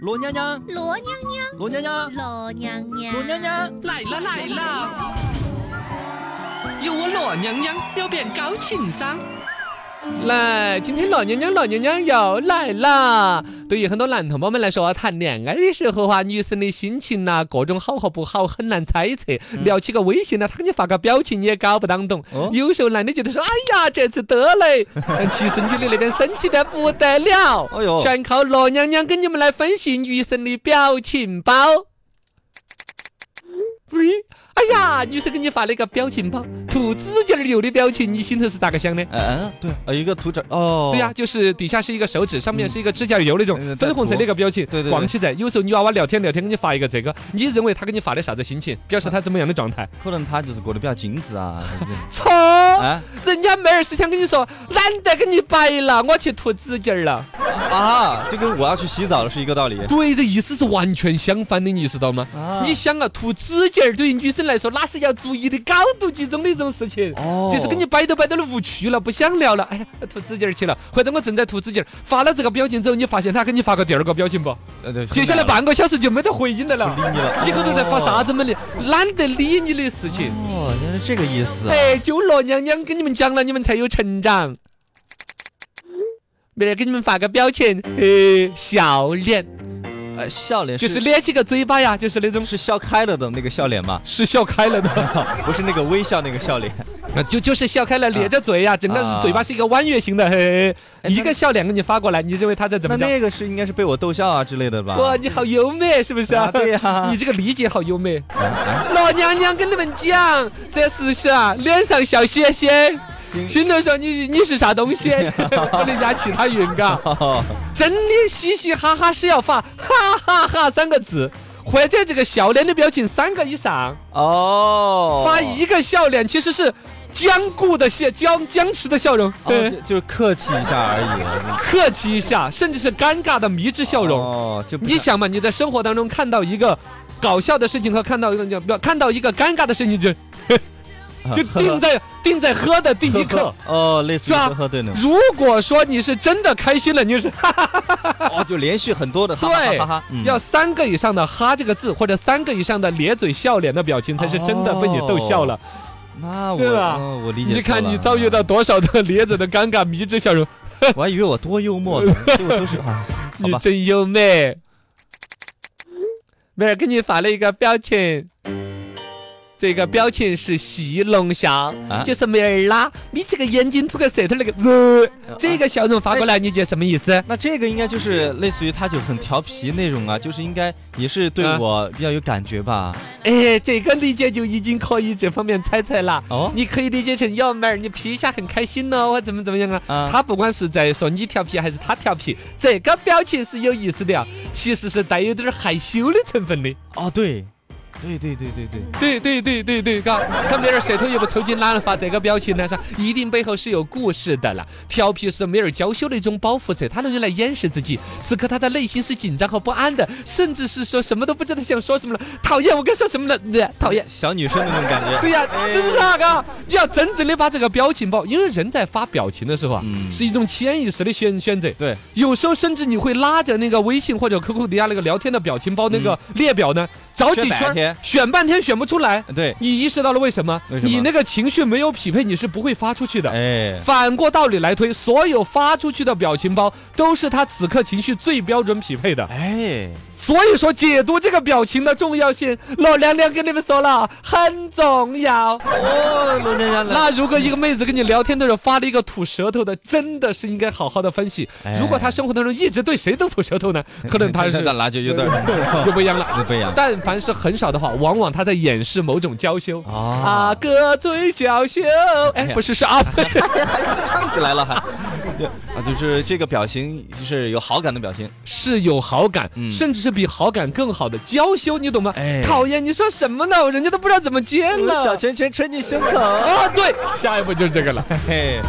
罗娘娘，罗娘娘，罗娘娘，罗娘娘，罗娘娘，来啦来啦！有我罗娘娘，表变高情商。来，今天老娘娘老娘娘又来啦！对于很多男同胞们来说啊，谈恋爱的时候啊，女生的心情呐、各种好和不好很难猜测。聊起个微信呢、他给你发个表情你也搞不当懂。哦有时候男的觉得说，哎呀，这次得嘞，但其实女的那点生气的不得了。哎呦全靠罗娘娘跟你们来分析女生的表情包。喂，哎呀，女生给你发了一个表情包，吐指甲油的表情，你心头是咋个想的？嗯，对，呃，一个图纸，哦，对呀、，就是底下是一个手指，上面是一个指甲油那种嗯粉红色那个表情，对对对逛起在。有时候女娃娃聊天聊天给你发一个这个，你认为她给你发的啥子心情，表示她怎么样的状态？可能他就是过得比较精致 啊，是不是错，哎啊人家妹儿是想跟你说，懒得跟你摆了，我去涂指甲儿了。啊，就跟我要去洗澡是一个道理。对，这意思是完全相反的，你知道吗？啊你想啊，涂指甲儿对于女生来说，那是要注意的高度集中的一种事情。哦就是跟你摆都摆到了无趣了，不想聊了，哎呀，涂指甲儿去了。或者我正在涂指甲儿，发了这个表情之后，你发现他给你发个第二个表情不？呃，对接下来半个小时就没得回音的了，不理你了以后都在发啥子么的，懒得理你的事情。哦，原来是这个意思啊。哎，就罗娘娘跟你们讲了，你们才有成长。明儿给你们发个表情，嘿，笑脸，呃，笑脸就是咧起个嘴巴呀，就是那种是笑开了的那个笑脸嘛，是笑开了的， 不是那个微笑那个笑脸。啊就就是笑开了，咧着嘴呀，整个嘴巴是一个弯月形的，嘿，啊哎一个笑脸给你发过来，你认为他 在怎那么着？那个是应该是被我逗笑啊之类的吧？哇，你好优美，是不是啊对呀 啊你这个理解好优美。老娘娘跟你们讲，这是啥？啊脸上笑嘻嘻，心头说你你是 啥东西？不能加其他云嘎， 哦，真的嘻嘻哈哈是要发哈哈哈三个字。或者这个笑脸的表情三个以上，哦发一个笑脸其实是僵固的笑，僵僵持的笑容，哦，对，就就是客气一下而已。啊客气一下，甚至是尴尬的迷之笑容。哦，就不你想嘛，你在生活当中看到一个搞笑的事情和看到一个不看到一个尴尬的事情就啊 就定在定在喝的第一刻。哦，类似于是吧呵呵对呢，如果说你是真的开心了，你就是哦，就连续很多的哈哈对哈哈哈，嗯，要三个以上的“哈”这个字，或者三个以上的咧嘴笑脸的表情，才是真的被你逗笑了。那我对吧哦我哦理解。嗯你看你遭遇，到多少的咧嘴的尴尬、迷之笑容，我还以为我多幽默 呢，结果都是啊，好你吧，真优美。妹儿给你发了一个表情，这个表情是戏弄笑，啊就是妹儿啦，眯起个眼睛吐个舌头那个，啊呃、这个笑容发过来，你觉得什么意思？那这个应该就是类似于他就很调皮那种啊，就是应该也是对啊我比较有感觉吧？哎，这个理解就已经可以这方面猜测了。哦，你可以理解成哟，妹儿，你皮一下很开心哦，我怎么怎么样啊？啊他不管是在说你调皮还是他调皮，这个表情是有意思的啊，其实是带有点儿害羞的成分的。哦，对，对对对对对，对对对对对，嘎，他们那儿舌头又不抽筋，哪能发这个表情呢？啥，一定背后是有故事的啦。调皮是梅尔娇羞的一种保护色，他能用来掩饰自己。此刻他的内心是紧张和不安的，甚至是说什么都不知道想说什么了。讨厌，我该说什么了？ 呃讨厌。小女生的那种感觉。哎对呀、是不是啊？嘎，要真正的把这个表情包，因为人在发表情的时候啊，嗯是一种潜意识的选选择。对，有时候甚至你会拉着那个微信或者 QQ 底下那个聊天的表情包那个列表呢，找几选嗯半圈儿天，选半天选不出来。对，你意识到了为什么？为什么你那个情绪没有匹配，你是不会发出去的。哎，反过道理来推，所有发出去的表情包都是他此刻情绪最标准匹配的。哎，所以说，解读这个表情的重要性，老娘娘跟你们说了，很重要。哦，罗娘娘来，那如果一个妹子跟你聊天的时候发了一个吐舌头的，真的是应该好好的分析哎。如果她生活当中一直对谁都吐舌头呢，可能她 是那那就有点儿 就不一样了。不一样。但凡是很少的话，往往她在掩饰某种娇羞。啊，啊，哥最娇羞，哎哎，呀不是是啊， 唱起来了还。啊，就是这个表情，就是有好感的表情。是有好感，嗯甚至是比好感更好的娇羞，你懂吗？哎讨厌，你说什么呢？人家都不知道怎么接我呢。的小拳拳捶你胸口。啊，对，下一步就是这个了。嘿。